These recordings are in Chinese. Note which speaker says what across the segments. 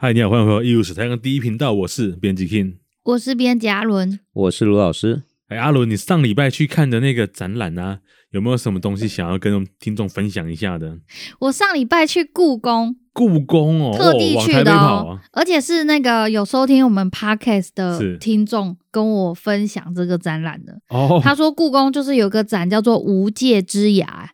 Speaker 1: 嗨，你好，欢迎回到《艺术史台》跟第一频道，我是编辑 King。
Speaker 2: 我是编辑阿伦，
Speaker 3: 我是卢老师。
Speaker 1: 哎，阿伦，你上礼拜去看的那个展览啊，有没有什么东西想要跟听众分享一下的？
Speaker 2: 我上礼拜去故宫，
Speaker 1: 故宫哦，
Speaker 2: 特地
Speaker 1: 哦往
Speaker 2: 去
Speaker 1: 台北
Speaker 2: 的
Speaker 1: 跑
Speaker 2: 哦，
Speaker 1: 啊，
Speaker 2: 而且是那个有收听我们 podcast
Speaker 1: 是
Speaker 2: 的听众跟我分享这个展览的。
Speaker 1: 哦，
Speaker 2: 他说故宫就是有个展叫做《无界之崖》，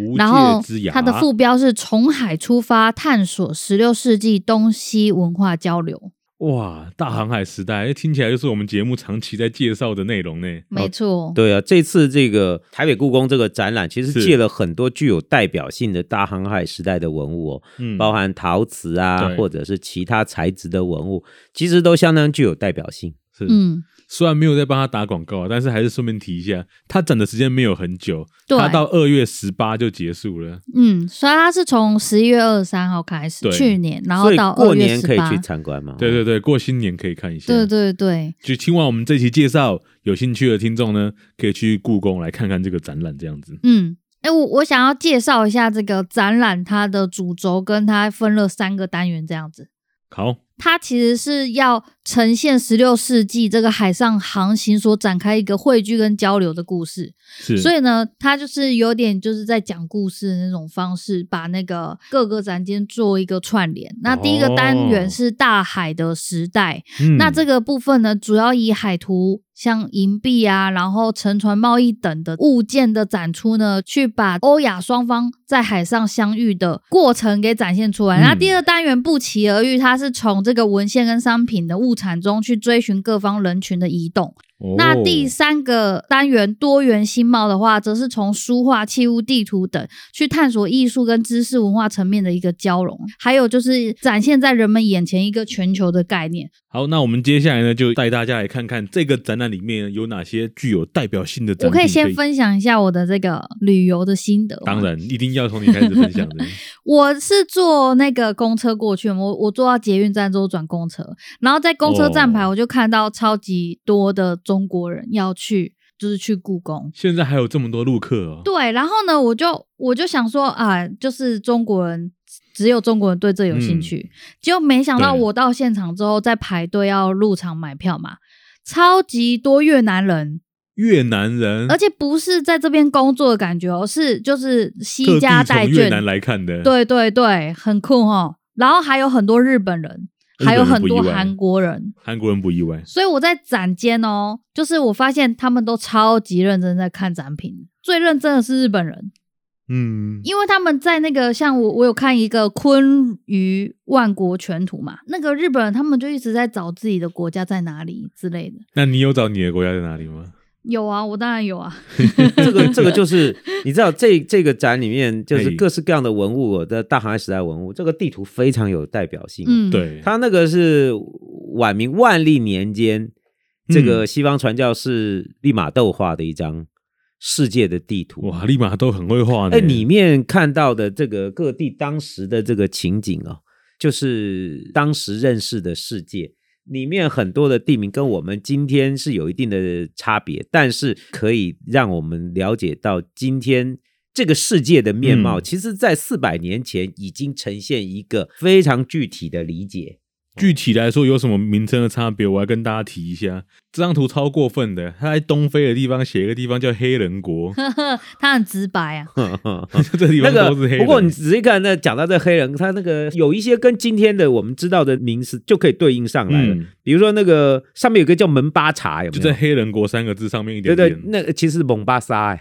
Speaker 1: 无
Speaker 2: 然后
Speaker 1: 界之啊崖，
Speaker 2: 它的副标是“从海出发，探索十六世纪东西文化交流
Speaker 1: 哇，大航海时代，哎听起来就是我们节目长期在介绍的内容呢”。。
Speaker 2: 没错，
Speaker 3: 对啊，这次这个台北故宫这个展览，其
Speaker 1: 是
Speaker 3: 实借了很多具有代表性的大航海时代的文物哦，
Speaker 1: 嗯，
Speaker 3: 包含陶瓷啊
Speaker 1: 对，
Speaker 3: 或者是其他材质的文物，其实都相当具有代表性。
Speaker 1: 是，
Speaker 2: 嗯，
Speaker 1: 虽然没有在帮他打广告啊，但是还是顺便提一下，他展的时间没有很久，
Speaker 2: 对
Speaker 1: 他到二月十八就结束了。
Speaker 2: 嗯，所以它是从十一月二十三号开始
Speaker 1: 对，
Speaker 2: 去年，然
Speaker 3: 所
Speaker 2: 后
Speaker 3: 以
Speaker 2: 到
Speaker 3: 过
Speaker 2: 二月
Speaker 3: 年可
Speaker 2: 十
Speaker 3: 以
Speaker 2: 八
Speaker 3: 去，参观嘛？哦
Speaker 1: 对对对，过新年可以看一下。
Speaker 2: 对对对，
Speaker 1: 就听完我们这期介绍，有兴趣的听众呢，可以去故宫来看看这个展览，这样子。
Speaker 2: 嗯，哎、我我想要介绍一下这个展览，它的主轴跟它分了三个单元这样子。
Speaker 1: 好，
Speaker 2: 它其实是要呈现十六世纪这个海上航行所展开一个汇聚跟交流的故事，
Speaker 1: 是，
Speaker 2: 所以呢，它就是有点就是在讲故事的那种方式，把那个各个展间做一个串联。那第一个单
Speaker 1: 哦
Speaker 2: 元是大海的时代，
Speaker 1: 嗯
Speaker 2: 那这个部分呢，主要以海图、像银币啊，然后沉船贸易等的物件的展出呢，去把欧亚双方在海上相遇的过程给展现出
Speaker 1: 嗯
Speaker 2: 来。那第二单元不期而遇，它是从这个文献跟商品的物产中去追寻各方人群的移动。
Speaker 1: 哦
Speaker 2: 那第三个单元多元新貌的话，则是从书画、器物、地图等去探索艺术跟知识文化层面的一个交融，还有就是展现在人们眼前一个全球的概念。
Speaker 1: 好，那我们接下来呢，就带大家来看看这个展览里面有哪些具有代表性的展
Speaker 2: 我
Speaker 1: 品。
Speaker 2: 可以先，分哦享一下我的这个旅游的心得。
Speaker 1: 当，然一定要从你开始分享 的。
Speaker 2: 我是坐那个公车过去，我我坐到捷运站之后转公车，然后在公车站牌
Speaker 1: 哦
Speaker 2: 我就看到超级多的中国人要去，就是去故宫。
Speaker 1: 现在还有这么多陆客哦，
Speaker 2: 对，然后呢，我就我就想说啊，就是中国人。只有中国人对这有兴趣，结果没想到
Speaker 1: 嗯对
Speaker 2: 我到现场之后，在排队要入场买票嘛，超级多越南人，
Speaker 1: 越南人，
Speaker 2: 而且不是在这边工作的感觉哦，是就是
Speaker 1: 特
Speaker 2: 西家
Speaker 1: 地
Speaker 2: 带
Speaker 1: 从越
Speaker 2: 眷，
Speaker 1: 南来看的，，
Speaker 2: 对对对，很酷哦。然后还有很多日本人，
Speaker 1: 日本人
Speaker 2: 还有很
Speaker 1: 不
Speaker 2: 多
Speaker 1: 意外
Speaker 2: 韩国人，
Speaker 1: 韩国人不意外。
Speaker 2: 所以我在展间哦，就是我发现他们都超级认真在看展品，最认真的是日本人，
Speaker 1: 嗯，
Speaker 2: 因为他们在那个像我我有看一个《坤舆万国全图》嘛，那个日本人他们就一直在找自己的国家在哪里之类的。
Speaker 1: 那你有找你的国家在哪里吗？
Speaker 2: 有啊，我当然有啊，
Speaker 3: 这个这个就是你知道这这个展里面就是
Speaker 1: 哎
Speaker 3: 各式各样的文物哦的大航海时代文物，这个地图非常有代表性。哦
Speaker 2: 嗯，，
Speaker 1: 对，
Speaker 3: 他那个是晚明万历年间，这
Speaker 1: 嗯
Speaker 3: 个西方传教士利玛窦画的一张世界的地图。
Speaker 1: 哇，立马都很会画呢。
Speaker 3: 哎，里面看到的这个各地当时的这个情景哦，就是当时认识的世界。里面很多的地名跟我们今天是有一定的差别，但是可以让我们了解到今天这个世界的面貌。
Speaker 1: 嗯
Speaker 3: 其实，在四百年前已经呈现一个非常具体的理解。
Speaker 1: 具体来说有什么名称的差别，我要跟大家提一下。这张图超过分的，他在东非的地方写一个地方叫黑人 国，
Speaker 2: 他很直白啊，
Speaker 1: 这地
Speaker 3: 那
Speaker 1: 方
Speaker 3: 个
Speaker 1: 都是黑人。
Speaker 3: 不过你仔细看，那讲到这黑人，他那个有一些跟今天的我们知道的名词就可以对应上来了。
Speaker 1: 嗯，
Speaker 3: 比如说那个上面有个叫蒙巴查，有
Speaker 1: 就
Speaker 3: 没
Speaker 1: 在
Speaker 3: 有？
Speaker 1: 黑人国三个字上面一
Speaker 3: 对
Speaker 1: 点点。
Speaker 3: 对，那个其实是蒙巴沙呀，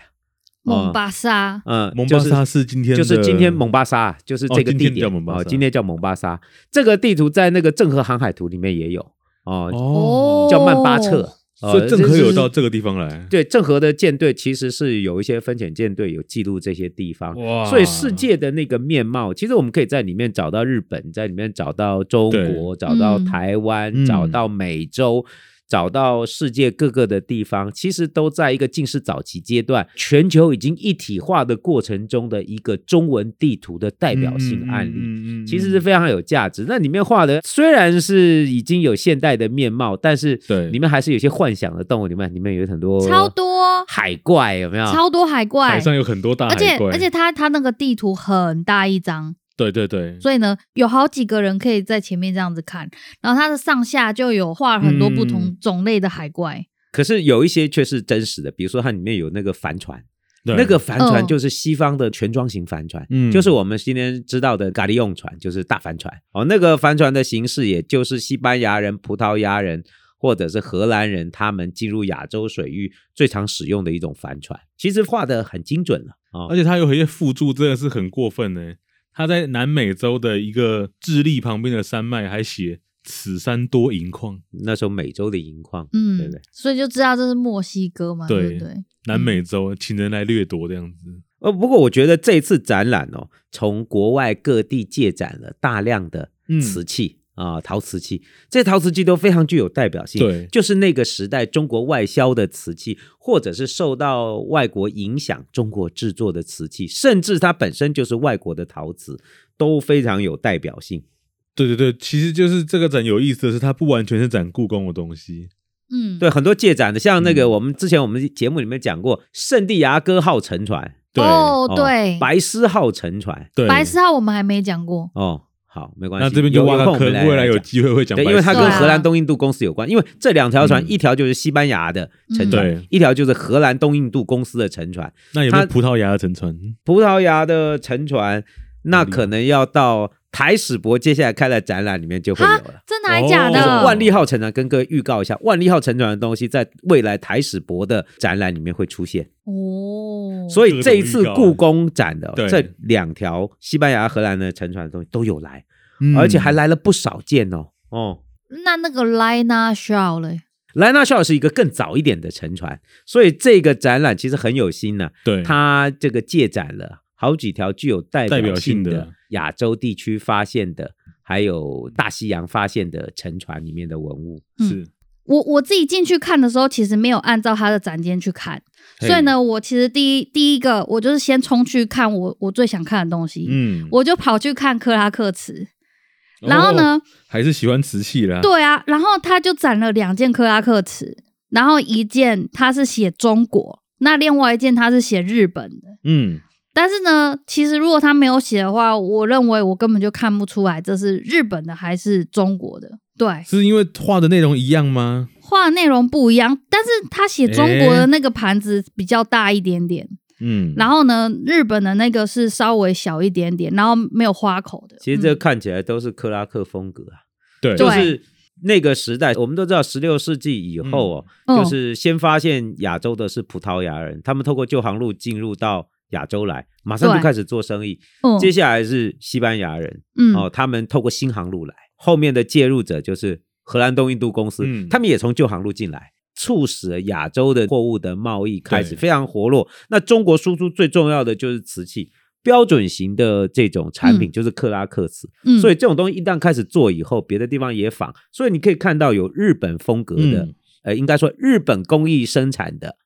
Speaker 2: 蒙巴沙，
Speaker 3: 嗯，
Speaker 1: 蒙巴
Speaker 3: 就
Speaker 1: 沙
Speaker 3: 是
Speaker 1: 是今天的，
Speaker 3: 就是今天蒙巴沙，就是这
Speaker 1: 哦
Speaker 3: 个地
Speaker 1: 今天
Speaker 3: 点
Speaker 1: 叫蒙巴沙
Speaker 3: 哦今天叫蒙巴沙。这个地图在那个郑和航海图里面也有哦，
Speaker 1: 哦，啊
Speaker 3: 叫曼巴彻。哦
Speaker 1: 所以郑和
Speaker 3: 这是
Speaker 1: 有到这个地方来，
Speaker 3: 对郑和的舰队其实是有一些分遣舰队有记录这些地方，
Speaker 1: 哇
Speaker 3: 啊所以世界的那个面貌，其实我们可以在里面找到日本，在里面找到中国，找到
Speaker 2: 嗯
Speaker 3: 台湾，
Speaker 1: 嗯
Speaker 3: 找到美洲。找到世界各个的地方，其实都在一个近似早期阶段，全球已经一体化的过程中的一个中文地图的代表性案
Speaker 1: 嗯
Speaker 3: 例。
Speaker 1: 例
Speaker 3: 其实是非常有价值。那里面画的虽然是已经有现代的面貌，但是
Speaker 1: 对
Speaker 3: 里面还是有一些幻想的动物，里面里面有很多啊
Speaker 2: 超多
Speaker 3: 海怪，有没有？
Speaker 2: 超多海怪，
Speaker 1: 海上有很多大
Speaker 2: 而
Speaker 1: 海
Speaker 2: 且
Speaker 1: 怪，
Speaker 2: 而且它它那个地图很大一张，
Speaker 1: 对对对，
Speaker 2: 所以呢，有好几个人可以在前面这样子看，然后它的上下就有画了很多不同
Speaker 1: 嗯
Speaker 2: 种类的海怪。
Speaker 3: 可是有一些却是真实的，比如说它里面有那个帆船，
Speaker 1: 对
Speaker 3: 那个帆船
Speaker 2: 嗯
Speaker 3: 就是西方的全装型帆船，
Speaker 1: 嗯
Speaker 3: 就是我们今天知道的咖喱用船，就是大帆船。哦，那个帆船的形式，也就是西班牙人、葡萄牙人或者是荷兰人他们进入亚洲水域最常使用的一种帆船，其实画的很精准了。
Speaker 1: 而
Speaker 3: 哦，
Speaker 1: 且它有一些附注真的是很过分呢、欸他在南美洲的一个智利旁边的山脉还写“此山多银矿
Speaker 3: 那时候美洲的银矿，
Speaker 2: 嗯，
Speaker 3: 对不对？
Speaker 2: 所以就知道这是墨西哥嘛，
Speaker 1: 对
Speaker 2: 对不对？”，
Speaker 1: 南美洲请人来掠夺这样子。
Speaker 3: 呃，不过我觉得这次展览哦，从国外各地借展了大量的
Speaker 1: 嗯
Speaker 3: 瓷器啊、陶瓷器，这些陶瓷器都非常具有代表性，
Speaker 1: 对
Speaker 3: 就是那个时代中国外销的瓷器，或者是受到外国影响中国制作的瓷器，甚至它本身就是外国的陶瓷，都非常有代表性。
Speaker 1: 对对对，其实就是这个展有意思的是，它不完全是展故宫的东西，
Speaker 2: 嗯，
Speaker 3: 对，很多借展的，像那个
Speaker 1: 嗯
Speaker 3: 我们之前我们节目里面讲过，圣地牙哥号沉船，
Speaker 1: 对
Speaker 2: 哦
Speaker 3: 哦，
Speaker 2: 对，
Speaker 3: 白狮号沉船，
Speaker 1: 对，
Speaker 2: 白石号我们还没讲过，
Speaker 3: 哦。好，没关系。
Speaker 1: 那这边就
Speaker 3: 有有
Speaker 1: 挖个
Speaker 3: 空我
Speaker 1: 坑，
Speaker 3: 们来
Speaker 1: 未来有
Speaker 3: 讲
Speaker 1: 机会会讲白
Speaker 3: 对，
Speaker 1: 色。
Speaker 3: 因为它
Speaker 2: 对
Speaker 3: 跟
Speaker 2: 啊
Speaker 3: 荷兰东印度公司有关，因为这两条船
Speaker 1: 嗯，
Speaker 3: 一条就是西班牙的沉船
Speaker 1: 对，
Speaker 3: 一条就是荷兰东印度公司的沉船。
Speaker 1: 那有没
Speaker 3: 它
Speaker 1: 有葡萄牙的沉船？
Speaker 3: 葡萄牙的沉船，那
Speaker 1: 很厉害
Speaker 3: 可能要到台史博接下来开的展览里面就会有了。
Speaker 2: 真的还假
Speaker 1: 哦
Speaker 3: 就是
Speaker 2: 的？
Speaker 3: 万利号沉船，跟各位预告一下，万利号沉船的东西在未来台史博的展览里面会出现。
Speaker 2: 哦，
Speaker 3: 所以
Speaker 1: 这个
Speaker 3: 这
Speaker 1: 怎么
Speaker 3: 一次
Speaker 1: 预告啊
Speaker 3: 故宫展的
Speaker 1: 对
Speaker 3: 这两条西班牙、荷兰的沉船的东西都有来，
Speaker 1: 嗯
Speaker 3: 而且还来了不少件哦。哦，
Speaker 2: 那那个 Lina Shaw 嘞，
Speaker 3: 莱纳肖是一个更早一点的沉船，所以这个展览其实很有心呢、
Speaker 1: 对
Speaker 3: 它这个借展了好几条具有代
Speaker 1: 代
Speaker 3: 表
Speaker 1: 表
Speaker 3: 性
Speaker 1: 性的
Speaker 3: 的亚洲地区发现的，还有大西洋发现的沉船里面的文物。
Speaker 2: 嗯
Speaker 1: 是
Speaker 2: 我我自己进去看的时候，其实没有按照他的展间去看，
Speaker 1: 嘿
Speaker 2: 所以呢，我其实第一第一个我就是先冲去看我我最想看的东西，
Speaker 1: 嗯，
Speaker 2: 我就跑去看克拉克瓷，然后呢，
Speaker 1: 哦还是喜欢瓷器啦。
Speaker 2: 对啊，然后他就展了两件克拉克瓷，然后一件他是写中国，那另外一件他是写日本的。
Speaker 1: 嗯，
Speaker 2: 但是呢，其实如果他没有写的话，我认为我根本就看不出来这是日本的还是中国的。对，
Speaker 1: 是因为画的内容一样吗？
Speaker 2: 画的内容不一样，但是他写中国的那个盘子比较大一点点，
Speaker 1: 嗯，
Speaker 2: 然后呢，日本的那个是稍微小一点点，然后没有花口的。
Speaker 3: 其实这
Speaker 2: 嗯
Speaker 3: 看起来都是克拉克风格啊，
Speaker 1: 对
Speaker 2: 对
Speaker 3: 就是那个时代，我们都知道十六世纪以后哦，
Speaker 2: 嗯
Speaker 3: 就、是先发现亚洲的是葡萄牙人，他们透过旧航路进入到亚洲来，马上就
Speaker 2: 对
Speaker 3: 开始做生意。
Speaker 2: 嗯
Speaker 3: 接下来是西班牙人，
Speaker 2: 嗯
Speaker 3: 哦，他们透过新航路来，后面的介入者就是荷兰东印度公司，
Speaker 1: 嗯
Speaker 3: 他们也从旧航路进来，促使了亚洲的货物的贸易开始
Speaker 1: 对
Speaker 3: 非常活络。那中国输出最重要的就是瓷器。标准型的这种产
Speaker 1: 嗯
Speaker 3: 品就是克拉克瓷，
Speaker 2: 嗯
Speaker 3: 所以这种东西一旦开始做以后，别的地方也仿，所以你可以看到有日本风格的，
Speaker 1: 嗯
Speaker 3: 呃，应该说日本工艺生产的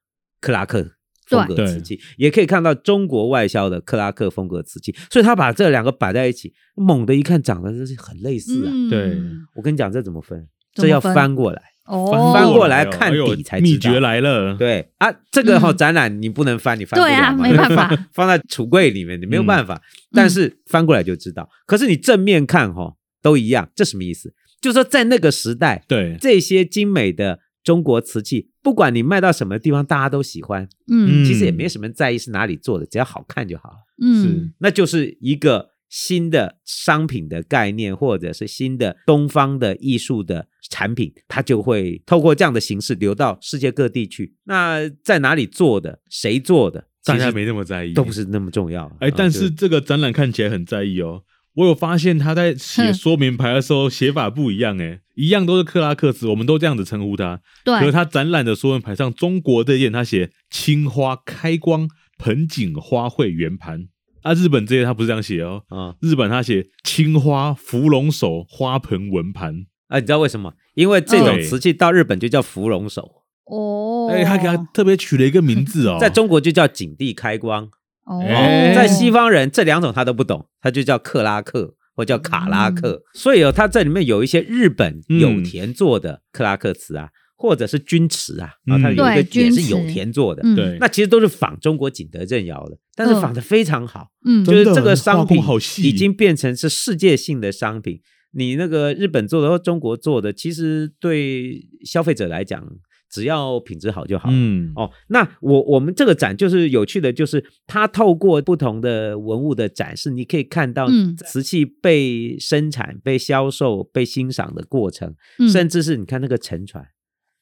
Speaker 3: 克拉克风格
Speaker 1: 对
Speaker 3: 瓷器，也可以看到中国外销的克拉克风格瓷器，所以他把这两个摆在一起，猛的一看长得真是很类似啊。
Speaker 2: 嗯
Speaker 1: 对
Speaker 3: 我跟你讲，这怎么分？
Speaker 2: 怎么
Speaker 3: 这要
Speaker 2: 分
Speaker 3: 翻过来。
Speaker 2: 哦，
Speaker 3: 翻过来
Speaker 1: 哦
Speaker 3: 看
Speaker 1: 哎呦
Speaker 3: 底才知道
Speaker 1: 秘诀来了。
Speaker 3: 对啊，这个哈、
Speaker 2: 嗯
Speaker 3: 展览你不能翻，你翻不
Speaker 2: 对啊
Speaker 3: 了嘛
Speaker 2: 没办 法，
Speaker 3: 放放在橱柜里面你没有
Speaker 1: 嗯
Speaker 3: 办法，但是翻过来就知道。可是你正面看哈、都一样，这什么意思？就是说在那个时代，
Speaker 1: 对，
Speaker 3: 这些精美的中国瓷器，不管你卖到什么地方，大家都喜欢，
Speaker 2: 嗯
Speaker 3: 其实也没什么人在意是哪里做的，只要好看就好了。
Speaker 2: 嗯
Speaker 1: 是，
Speaker 3: 那就是一个新的商品的概念，或者是新的东方的艺术的产品，它就会透过这样的形式流到世界各地去。那在哪里做的，谁做的，其
Speaker 1: 大
Speaker 3: 实
Speaker 1: 家没那么在意，
Speaker 3: 都不是那么重要。
Speaker 1: 哎，
Speaker 3: 啊
Speaker 1: 但
Speaker 3: 就是
Speaker 1: 这个展览看起来很在意哦。我有发现他在写
Speaker 2: 哼
Speaker 1: 说明牌的时候写法不一样，哎，一样都是克拉克斯，我们都这样子称呼它。可是
Speaker 2: 对，
Speaker 1: 他展览的说明牌上，中国这件他写青花开光盆景花卉圆盘，啊，日本这些他不是这样写哦。
Speaker 3: 啊
Speaker 1: 日本他写青花芙蓉手花盆纹盘，
Speaker 3: 啊，你知道为什么？因为这种
Speaker 1: 嗯
Speaker 3: 瓷器到日本就叫芙蓉手，
Speaker 2: 哦，
Speaker 1: 哎、他给他特别取了一个名字哦，
Speaker 3: 在中国就叫景地开光，啊
Speaker 2: 哦，
Speaker 1: 哎
Speaker 3: 在西方人这两种他都不懂，他就叫克拉克。或叫卡
Speaker 2: 嗯
Speaker 3: 拉克，所以哦，它这里面有一些日本
Speaker 1: 嗯
Speaker 3: 有田做的克拉克瓷啊，或者是钧瓷啊，啊，
Speaker 1: 嗯
Speaker 3: 它有一
Speaker 2: 对
Speaker 3: 个也
Speaker 2: 钧
Speaker 3: 是
Speaker 2: 瓷
Speaker 3: 有田做的，
Speaker 2: 嗯
Speaker 1: 对，
Speaker 3: 那其实都是仿中国景德镇窑的，但是
Speaker 2: 嗯
Speaker 3: 仿的非常好，
Speaker 2: 嗯
Speaker 3: 就是
Speaker 1: 真的
Speaker 3: 这个
Speaker 1: 画
Speaker 3: 商
Speaker 1: 工
Speaker 3: 品
Speaker 1: 好细
Speaker 3: 已经变成是世界性的商品。你那个日本做的或中国做的，其实对消费者来讲，只要品质好就好了。
Speaker 1: 嗯，
Speaker 3: 哦，那我我们这个展就是有趣的，就是它透过不同的文物的展示，你可以看到
Speaker 2: 嗯
Speaker 3: 瓷器被生产、被销售、被欣赏的过程，
Speaker 2: 嗯
Speaker 3: 甚至是你看那个沉船，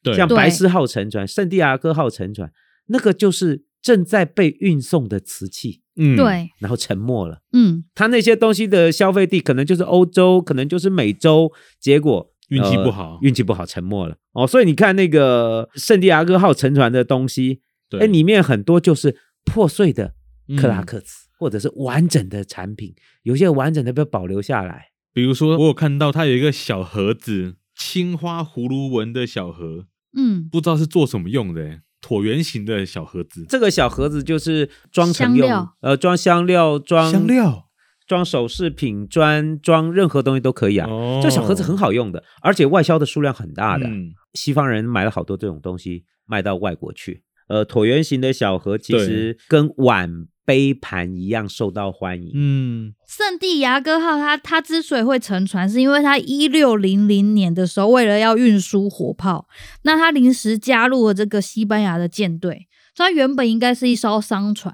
Speaker 1: 对，
Speaker 3: 像
Speaker 2: 对
Speaker 3: 白狮号沉船、圣地亚哥号沉船，那个就是正在被运送的瓷器，
Speaker 1: 嗯，
Speaker 2: 对，
Speaker 3: 然后沉没了。
Speaker 2: 嗯
Speaker 3: 它那些东西的消费地可能就是欧洲，可能就是美洲，结果
Speaker 1: 运气不
Speaker 3: 呃
Speaker 1: 好
Speaker 3: 运气不好沉没了。哦，所以你看那个圣地亚哥号沉船的东西，
Speaker 1: 对，
Speaker 3: 哎，里面很多就是破碎的
Speaker 1: 嗯
Speaker 3: 克拉克瓷，或者是完整的产品，有些完整的被保留下来。
Speaker 1: 比如说我有看到它有一个小盒子，青花葫芦纹的小盒，
Speaker 2: 嗯，
Speaker 1: 不知道是做什么用的、欸椭圆形的小盒子，
Speaker 3: 这个小盒子就是装成
Speaker 2: 香
Speaker 3: 用
Speaker 2: 料，
Speaker 3: 呃，装香料、装
Speaker 1: 香、料
Speaker 3: 装首饰品、装装任何东西都可以啊。
Speaker 1: 哦
Speaker 3: 这小盒子很好用的，而且外销的数量很大的。
Speaker 1: 嗯
Speaker 3: 西方人买了好多这种东西卖到外国去。呃，椭圆形的小盒其
Speaker 1: 对
Speaker 3: 实跟碗、杯、盘一样受到欢迎。
Speaker 1: 嗯，
Speaker 2: 圣地牙哥号它它之所以会沉船，是因为它一六零零年的时候，为了要运输火炮，那它临时加入了这个西班牙的舰队。所以它原本应该是一艘商船，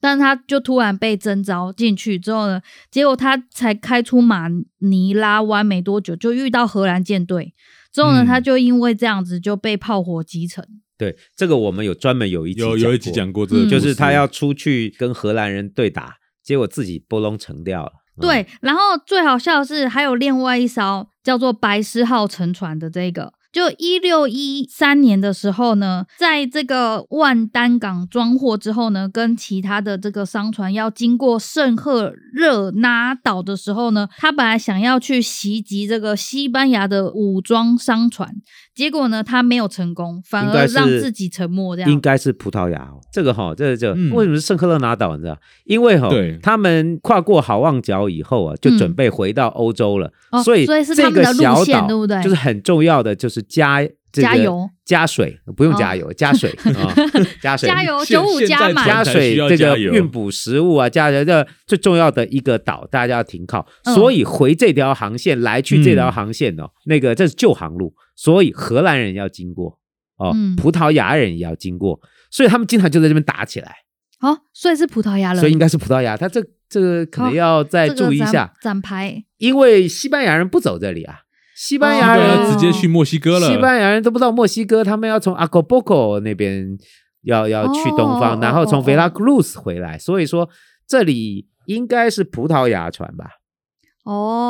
Speaker 2: 但它就突然被征召进去之后呢，结果它才开出马尼拉湾没多久，就遇到荷兰舰队。之后呢，
Speaker 1: 嗯
Speaker 2: 它就因为这样子就被炮火击沉。
Speaker 3: 对，这个我们有专门有一集
Speaker 1: 有有一集
Speaker 3: 过嗯
Speaker 1: 讲过这个故事，
Speaker 3: 就是他要出去跟荷兰人对打，结果自己波隆沉掉了。嗯，
Speaker 2: 对，然后最好笑的是，还有另外一艘叫做“白狮号”沉船的这个，就一六一三年的时候呢，在这个万丹港装货之后呢，跟其他的这个商船要经过圣赫热那岛的时候呢，他本来想要去袭击这个西班牙的武装商船，结果呢，他没有成功，反
Speaker 3: 应
Speaker 2: 而
Speaker 3: 该是
Speaker 2: 让自己沉没这
Speaker 3: 应
Speaker 2: 样。
Speaker 3: 该是葡萄牙、哦。这个哈、这个这个
Speaker 1: 嗯
Speaker 3: 为什么是圣克勒拿岛？你知道？因为哈、
Speaker 1: 对
Speaker 3: 他们跨过好望角以后啊，就准备回到欧洲了，
Speaker 2: 嗯哦
Speaker 3: 以
Speaker 2: 所以是
Speaker 3: 这
Speaker 2: 他们
Speaker 3: 个
Speaker 2: 的路
Speaker 3: 小
Speaker 2: 线
Speaker 3: 岛
Speaker 2: 对不对
Speaker 3: 就是很重要的，就是加。这个
Speaker 2: 加油、哦
Speaker 3: 加水，不用加油，加 水啊、加水，
Speaker 2: 加油，
Speaker 1: 现
Speaker 2: 九五
Speaker 1: 现
Speaker 2: 加
Speaker 1: 在
Speaker 2: 满，
Speaker 1: 加
Speaker 3: 加
Speaker 1: 才需
Speaker 3: 水
Speaker 1: 要
Speaker 3: 这个
Speaker 1: 加油
Speaker 3: 运补食物啊，加油这最重要的一个岛，大家要停靠。
Speaker 2: 嗯
Speaker 3: 所以回这条航线来去这条航线哦，那个这是旧航路，所以荷兰人要经过哦，
Speaker 2: 嗯
Speaker 3: 葡萄牙人也要经过，所以他们经常就在这边打起来，
Speaker 2: 哦，所以是葡萄牙人，
Speaker 3: 所以应该是葡萄牙，他这这个可能要再
Speaker 2: 哦这个
Speaker 3: 注意一
Speaker 2: 展
Speaker 3: 下，
Speaker 2: 展牌。
Speaker 3: 因为西班牙人不走这里啊，西
Speaker 2: 哦
Speaker 3: 班牙
Speaker 1: 对
Speaker 3: 人
Speaker 1: 啊直接去墨西哥了，
Speaker 3: 西班牙人都不知道墨西哥，他们要从 Acapulco 那边要要去东
Speaker 2: 哦
Speaker 3: 方，然后
Speaker 2: 哦
Speaker 3: 从
Speaker 2: 哦
Speaker 3: Veracruz 回来，所以说这里应该是葡萄牙船吧？
Speaker 2: 哦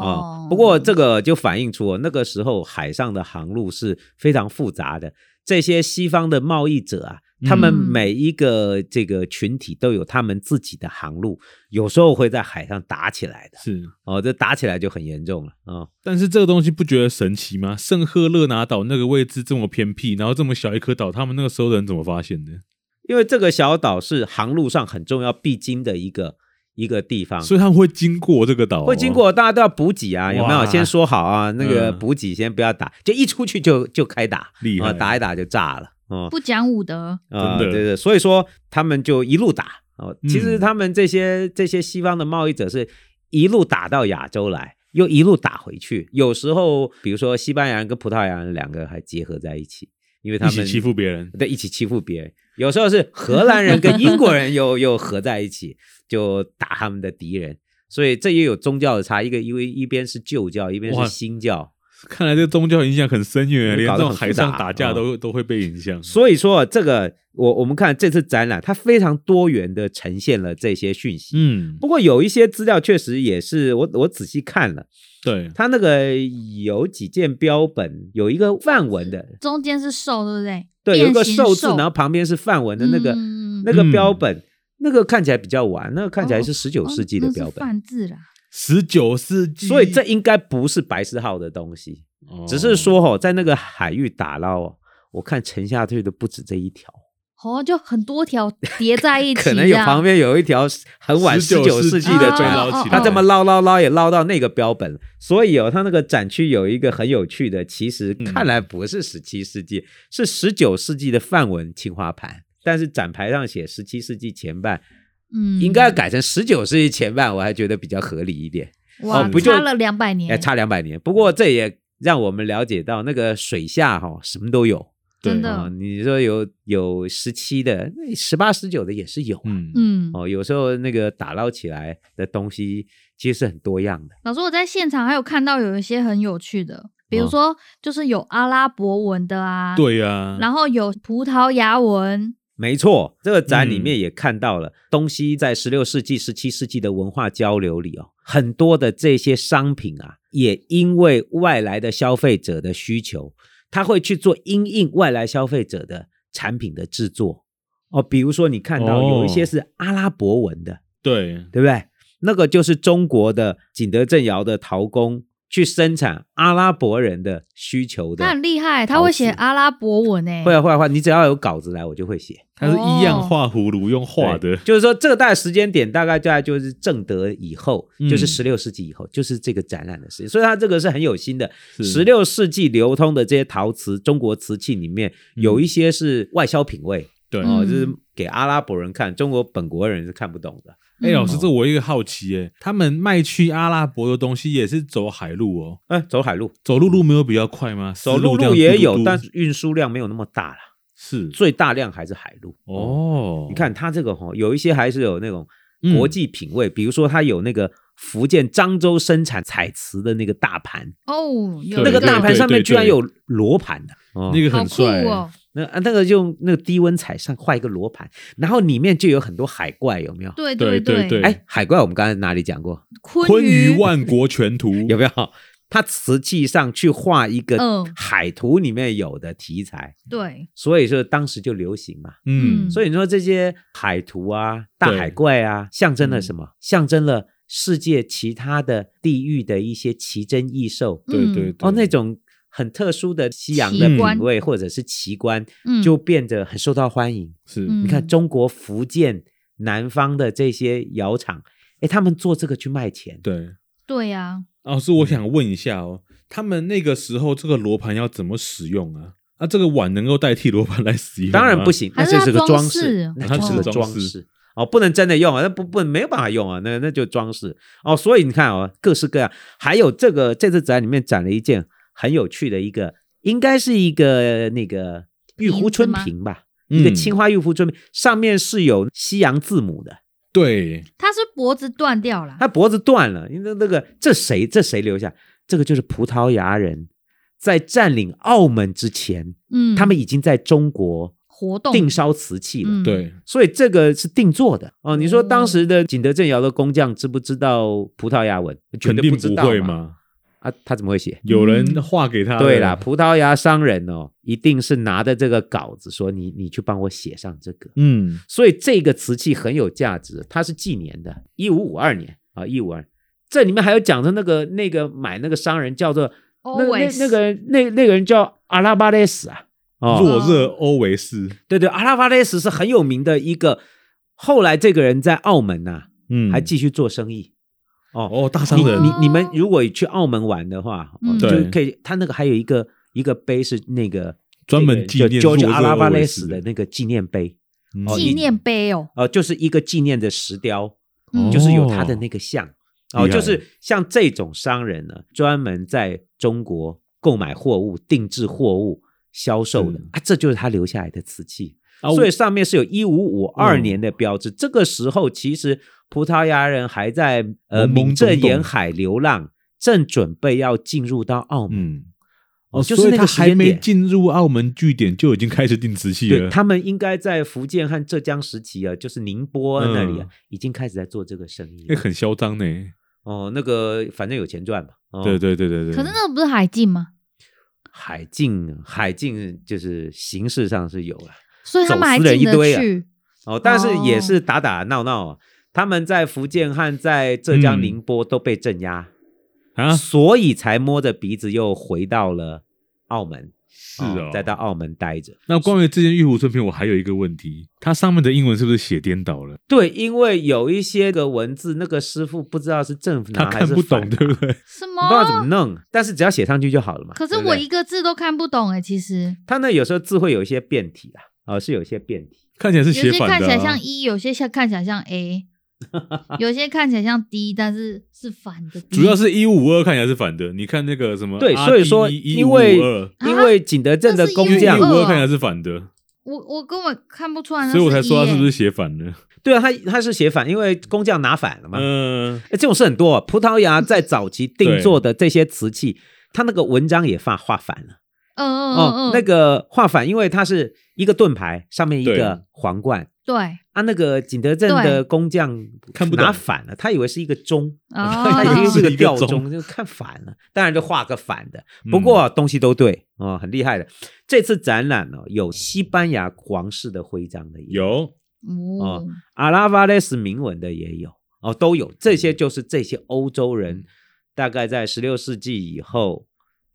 Speaker 3: 啊、不过这个就反映出哦那个时候海上的航路是非常复杂的，这些西方的贸易者啊。他们
Speaker 2: 嗯
Speaker 3: 每一个这个群体都有他们自己的航路，有时候会在海上打起来的
Speaker 1: 是。
Speaker 3: 哦，这打起来就很严重了啊、哦
Speaker 1: 但是这个东西不觉得神奇吗？圣赫勒拿岛那个位置这么偏僻，然后这么小一颗岛，他们那个时候的人怎么发现的？
Speaker 3: 因为这个小岛是航路上很重要必经的一个一个地方，
Speaker 1: 所以他们会经过这个岛哦、
Speaker 3: 啊会经过大家都要补给啊，有没
Speaker 1: 哇
Speaker 3: 有？先说好啊，那个
Speaker 1: 嗯
Speaker 3: 补给先不要打，就一出去就就开打，
Speaker 1: 厉害
Speaker 3: 啊打一打就炸了，哦、
Speaker 2: 不讲武德，
Speaker 3: 啊、
Speaker 1: 真的
Speaker 3: 对对，所以说他们就一路打哦。其实
Speaker 1: 嗯
Speaker 3: 他们这些、这些西方的贸易者是一路打到亚洲来，又一路打回去。有时候，比如说西班牙人跟葡萄牙人两个还结合在一起，因为他
Speaker 1: 一
Speaker 3: 们
Speaker 1: 起欺负别人，
Speaker 3: 对，一起欺负别人。有时候是荷兰人跟英国人 又又合在一起，就打他们的敌人。所以这也有宗教的差，一个因为一边是旧教，一边
Speaker 1: 哇
Speaker 3: 是新教。
Speaker 1: 看来这宗教影响很深远，连
Speaker 3: 搞
Speaker 1: 这
Speaker 3: 得
Speaker 1: 种
Speaker 3: 很
Speaker 1: 海
Speaker 3: 复杂嗯
Speaker 1: 上打架都、都会被影响。
Speaker 3: 所以说，这个我我们看这次展览，它非常多元的呈现了这些讯息。
Speaker 1: 嗯，
Speaker 3: 不过有一些资料确实也是我我仔细看了，
Speaker 1: 对，
Speaker 3: 它那个有几件标本，有一个梵文的，
Speaker 2: 中间是兽，对不对？
Speaker 3: 对，有一个
Speaker 2: 变形
Speaker 3: 寿字，然后旁边是梵文的那个、
Speaker 2: 嗯哦
Speaker 3: 那个标本，那个看起来比较晚，那个看起来是十九世纪的标
Speaker 2: 哦那是
Speaker 3: 本，
Speaker 2: 泛字啦。
Speaker 1: 十九世纪，
Speaker 3: 所以这应该不是白石号的东西，
Speaker 1: 哦
Speaker 3: 只是说哦，在那个海域打捞哦，我看沉下去的不止这一条，
Speaker 2: 哦，就很多条叠在一 起，
Speaker 3: 可能有旁边有一条很晚十
Speaker 1: 19
Speaker 3: 九世纪的
Speaker 1: 被
Speaker 2: 哦
Speaker 3: 船。
Speaker 1: 捞起来，
Speaker 2: 哦
Speaker 3: 他这么捞捞捞也捞到那个标本，所以哦，他那个展区有一个很有趣的，其实看来不是十七世纪，是十九世纪的梵文青花盘，但是展牌上写十七世纪前半，
Speaker 2: 嗯，
Speaker 3: 应该要改成十九世纪前半，我还觉得比较合理一点。
Speaker 2: 哇，
Speaker 1: 哦不
Speaker 3: 就
Speaker 2: 差了两百
Speaker 3: 哎，
Speaker 2: 年，
Speaker 3: 差两百年。不过这也让我们了解到，那个水下哈、什么都有
Speaker 1: 对
Speaker 2: 真
Speaker 3: 啊、
Speaker 2: 的，
Speaker 3: 你说有有十七的，那十八十九的也是有啊、
Speaker 1: 嗯
Speaker 2: 嗯，
Speaker 3: 哦，有时候那个打捞起来的东西其实是很多样的。
Speaker 2: 老师，我在现场还有看到有一些很有趣的，比如
Speaker 3: 哦
Speaker 2: 说就是有阿拉伯文的啊，，
Speaker 1: 对呀，
Speaker 2: 然后有葡萄牙文，
Speaker 3: 没错，这个展里
Speaker 1: 嗯
Speaker 3: 面也看到了、东西在十六世纪、十七世纪的文化交流里哦，很多的这些商品啊，也因为外来的消费者的需求，他会去做因应外来消费者的产品的制作哦。比如说，你看到有一些
Speaker 1: 哦
Speaker 3: 是阿拉伯文的，
Speaker 1: 对，
Speaker 3: 对不对？那个就是中国的景德镇窑的陶工去生产阿拉伯人的需求的
Speaker 2: 他。很厉害，他
Speaker 3: 陶
Speaker 2: 会写
Speaker 3: 瓷
Speaker 2: 阿拉伯文欸诶，
Speaker 3: 会啊会啊会啊，你只要有稿子来，我就会写。
Speaker 1: 它是一样
Speaker 2: 哦
Speaker 1: 画葫芦用画
Speaker 3: 对
Speaker 1: 的，
Speaker 3: 就是说这个大概时间点大概在就是正德以后，
Speaker 1: 嗯
Speaker 3: 就是十六世纪以后，就是这个展览的事情。所以它这个是很有心的。
Speaker 1: 是
Speaker 3: 十六世纪流通的这些陶瓷，中国瓷器里面
Speaker 1: 嗯
Speaker 3: 有一些是外销品味、
Speaker 1: 对。
Speaker 2: 嗯
Speaker 3: 哦，就是给阿拉伯人看，中国本国人是看不懂的。
Speaker 1: 哎，老师，
Speaker 2: 嗯
Speaker 1: 这我一个好奇，哎，他们卖去阿拉伯的东西也是走海路哦，
Speaker 3: 哎，走海路，
Speaker 1: 走陆路没有比较快吗？
Speaker 3: 走
Speaker 1: 丝
Speaker 3: 陆
Speaker 1: 这样
Speaker 3: 路也
Speaker 1: 嘟嘟
Speaker 3: 有，
Speaker 1: 嘟
Speaker 3: 但是运输量没有那么大了，
Speaker 1: 是
Speaker 3: 最大量还是海路。
Speaker 1: 哦，
Speaker 3: 你看它这个哈、哦，有一些还是有那种
Speaker 1: 嗯
Speaker 3: 国际品味，比如说它有那个福建漳州生产彩瓷的那个大盘。
Speaker 2: 哦，有
Speaker 1: 对
Speaker 3: 那个
Speaker 1: 对
Speaker 3: 大盘
Speaker 1: 对
Speaker 3: 上面居然
Speaker 1: 对
Speaker 3: 有罗盘的，
Speaker 1: 那
Speaker 3: 那
Speaker 1: 个
Speaker 2: 好
Speaker 1: 很
Speaker 2: 酷
Speaker 1: 帅，
Speaker 2: 哦，
Speaker 3: 那啊那个用那个低温彩上画一个罗盘，然后里面就有很多海怪，有没有？
Speaker 2: 对
Speaker 1: 对
Speaker 2: 对
Speaker 1: 对，对，
Speaker 3: 哎，海怪我们刚才哪里讲过？
Speaker 1: 坤
Speaker 2: 昆
Speaker 1: 舆万国全图
Speaker 3: 有没有？它瓷器上去画一个
Speaker 2: 嗯
Speaker 3: 海图里面有的题材，
Speaker 2: 对，
Speaker 3: 所以说当时就流行嘛。
Speaker 1: 嗯
Speaker 2: 嗯
Speaker 3: 所以你说这些海图啊、大海怪啊，象征了
Speaker 1: 嗯
Speaker 3: 什么？象征了世界其他的地域的一些奇珍异兽
Speaker 1: 对
Speaker 2: 嗯
Speaker 1: 对对
Speaker 3: 哦，那种很特殊的西洋的
Speaker 1: 奇
Speaker 3: 品
Speaker 2: 观
Speaker 3: 味或者是奇观，
Speaker 2: 嗯
Speaker 3: 就变得很受到欢迎。
Speaker 1: 是
Speaker 2: 嗯
Speaker 3: 你看中国福建南方的这些窑厂，哎，他们做这个去卖钱，
Speaker 1: 对。
Speaker 2: 对呀，
Speaker 1: 老师，哦
Speaker 3: 嗯
Speaker 1: 我想问一下哦，他们那个时候这个罗盘要怎么使用啊？啊，这个碗能够代替罗盘来使用？
Speaker 3: 当然不，行，
Speaker 2: 还
Speaker 3: 那
Speaker 2: 是
Speaker 3: 这是个
Speaker 2: 它
Speaker 3: 装
Speaker 2: 装
Speaker 3: 饰
Speaker 2: 饰，
Speaker 3: 那
Speaker 1: 它
Speaker 3: 就是是个
Speaker 1: 装
Speaker 3: 装
Speaker 1: 饰
Speaker 3: 饰。哦，不能真的用啊，那不不没有办法用啊，那那就装饰哦。所以你看哦，各式各样，还有这个这次展里面展了一件很有趣的一个，应该是一个那个玉壶春
Speaker 2: 瓶子吗
Speaker 3: 瓶吧，
Speaker 1: 嗯
Speaker 3: 一个青花玉壶春瓶，上面是有西洋字母的，
Speaker 1: 对，
Speaker 2: 他是脖子断掉了，
Speaker 3: 他脖子断了，那那个这谁这谁留下？这个就是葡萄牙人在占领澳门之前，
Speaker 2: 嗯，
Speaker 3: 他们已经在中国
Speaker 2: 活动
Speaker 3: 定烧瓷器了，
Speaker 2: 嗯
Speaker 1: 对，
Speaker 3: 所以这个是定做的哦。你说
Speaker 2: 哦
Speaker 3: 当时的景德镇窑的工匠知不知道葡萄牙文？绝
Speaker 1: 肯
Speaker 3: 对
Speaker 1: 定
Speaker 3: 不知
Speaker 1: 不
Speaker 3: 道
Speaker 1: 会
Speaker 3: 嘛
Speaker 1: 嘛，
Speaker 3: 啊，他怎么会写？
Speaker 1: 有人画给他的。
Speaker 3: 对啦，葡萄牙商人哦，一定是拿着这个稿子说你你去帮我写上这个，
Speaker 1: 嗯，
Speaker 3: 所以这个瓷器很有价值，它是纪年的，一五五二年啊，一五二。这里面还有讲的那个那个买那个商人叫做那那
Speaker 2: Always
Speaker 3: 那个那那个人叫阿拉巴雷斯啊，哦，
Speaker 1: 若热欧维斯，
Speaker 3: 对对，阿拉巴雷斯是很有名的一个，后来这个人在澳门呐、
Speaker 1: 嗯，
Speaker 3: 还继续做生意。哦，
Speaker 1: 哦，大
Speaker 3: 你
Speaker 1: 商人
Speaker 3: 你你们如果去澳门玩的话，哦
Speaker 2: 嗯
Speaker 3: 就
Speaker 1: 对
Speaker 3: 可以，他那个还有一个一个碑是那个
Speaker 1: 专门纪念
Speaker 3: 就
Speaker 1: 若
Speaker 3: g
Speaker 1: 瑟
Speaker 3: e 阿拉巴雷斯
Speaker 1: 欧
Speaker 3: 的
Speaker 1: 维斯
Speaker 3: 那个纪念碑，
Speaker 1: 嗯
Speaker 3: 哦
Speaker 2: 纪念碑哦，
Speaker 3: 呃，就是一个纪念的石雕，
Speaker 2: 嗯
Speaker 3: 就是有他的那个像。哦，
Speaker 1: 哦厉害
Speaker 3: 就是像这种商人呢，专门在中国购买货物、定制货物、销售的
Speaker 1: 嗯
Speaker 3: 啊，这就是他留下来的瓷器。
Speaker 1: 啊
Speaker 3: 所以
Speaker 1: 我
Speaker 3: 上面是有一五五二
Speaker 1: 哦
Speaker 3: 年的标志。这个时候，其实葡萄牙人还在呃
Speaker 1: 懵懵懂懂
Speaker 3: 闽镇沿海流浪，正准备要进入到澳门。
Speaker 1: 嗯，
Speaker 3: 哦，就
Speaker 1: 所以
Speaker 3: 是那
Speaker 1: 他
Speaker 3: 个时
Speaker 1: 还
Speaker 3: 间
Speaker 1: 没
Speaker 3: 点，
Speaker 1: 进入澳门据点就已经开始定瓷器
Speaker 3: 对
Speaker 1: 了。
Speaker 3: 他们应该在福建和浙江时期啊，就是宁波那里啊，
Speaker 1: 嗯
Speaker 3: 已经开始在做这个生意
Speaker 1: 那
Speaker 3: 了。
Speaker 1: 很嚣张呢，
Speaker 3: 哦，那个反正有钱赚嘛。哦、
Speaker 1: 对，对对对对。
Speaker 2: 可是那个不是海禁吗？
Speaker 3: 海禁海禁就是形式上是有了、
Speaker 2: 所以他们还
Speaker 3: 走私人
Speaker 2: 进
Speaker 3: 一
Speaker 2: 得
Speaker 3: 堆啊
Speaker 2: 去，
Speaker 3: 哦，但是也
Speaker 2: 哦
Speaker 3: 是打打闹闹、啊。他们在福建和在浙江
Speaker 1: 嗯
Speaker 3: 宁波都被镇压。
Speaker 1: 啊，
Speaker 3: 所以才摸着鼻子又回到了澳门，
Speaker 1: 是
Speaker 3: 哦再到澳门待着。
Speaker 1: 那关于这件玉壶春瓶，我还有一个问题，它上面的英文是不是写颠倒了？
Speaker 3: 对，因为有一些个文字，那个师傅不知道是正
Speaker 1: 他
Speaker 3: 拿还
Speaker 1: 看
Speaker 3: 是
Speaker 1: 不
Speaker 3: 反
Speaker 1: 懂，
Speaker 3: 拿
Speaker 1: 对不对？
Speaker 2: 什
Speaker 3: 不知道怎
Speaker 2: 么？
Speaker 3: 么弄，但是只要写上去就好了嘛。
Speaker 2: 哦可是
Speaker 3: 对不
Speaker 2: 我
Speaker 3: 对
Speaker 2: 一个字都看不懂哎，其实
Speaker 3: 他那有时候字会有一些变体啊，啊、是有一些变体。
Speaker 1: 看起来是写
Speaker 2: 有些
Speaker 1: 反
Speaker 2: 看起
Speaker 1: 的、
Speaker 2: 来
Speaker 1: 啊
Speaker 2: 像。一，有些像看起来像 A，有些看起来像 D，但是是反的 D。
Speaker 1: 主要是一五二看起来是反的，你看那个什么啊 RD 152，
Speaker 3: 对，所以说因为
Speaker 2: 啊
Speaker 3: 因为景德镇的工
Speaker 1: 一
Speaker 2: 这
Speaker 1: 五
Speaker 3: 匠
Speaker 2: 样，
Speaker 1: 二看起来是反的，
Speaker 2: 我我根本看不出来，
Speaker 1: 所以我才说他是不
Speaker 2: 是
Speaker 1: 是
Speaker 2: E
Speaker 1: 写
Speaker 2: 耶？
Speaker 1: 反的。
Speaker 3: 对啊，他他是写反，因为工匠拿反了嘛。
Speaker 1: 嗯，
Speaker 3: 哎，这种事很多、葡萄牙
Speaker 2: 嗯
Speaker 3: 在早期定做的这些瓷器，它那个文章也画画反了。
Speaker 2: 嗯嗯
Speaker 3: 哦
Speaker 2: 嗯，，
Speaker 3: 那个画反，因为它是一个盾牌上面一
Speaker 1: 对
Speaker 3: 个皇冠
Speaker 2: 对，
Speaker 3: 啊，那个景德镇的工匠
Speaker 1: 看不懂
Speaker 3: 拿反了，他以为是一个钟，他以为
Speaker 2: 哦
Speaker 3: 是个
Speaker 1: 一个
Speaker 3: 吊
Speaker 1: 钟
Speaker 3: 钟，就看反了，当然就画个反的。
Speaker 1: 嗯
Speaker 3: 不过啊东西都对哦，很厉害的。这次展览哦，有西班牙皇室的徽章的也
Speaker 1: 有
Speaker 2: 哦
Speaker 3: 哦，阿拉瓦雷斯铭文的也有哦，都有。这
Speaker 1: 嗯
Speaker 3: 些就是这些欧洲人大概在十六世纪以后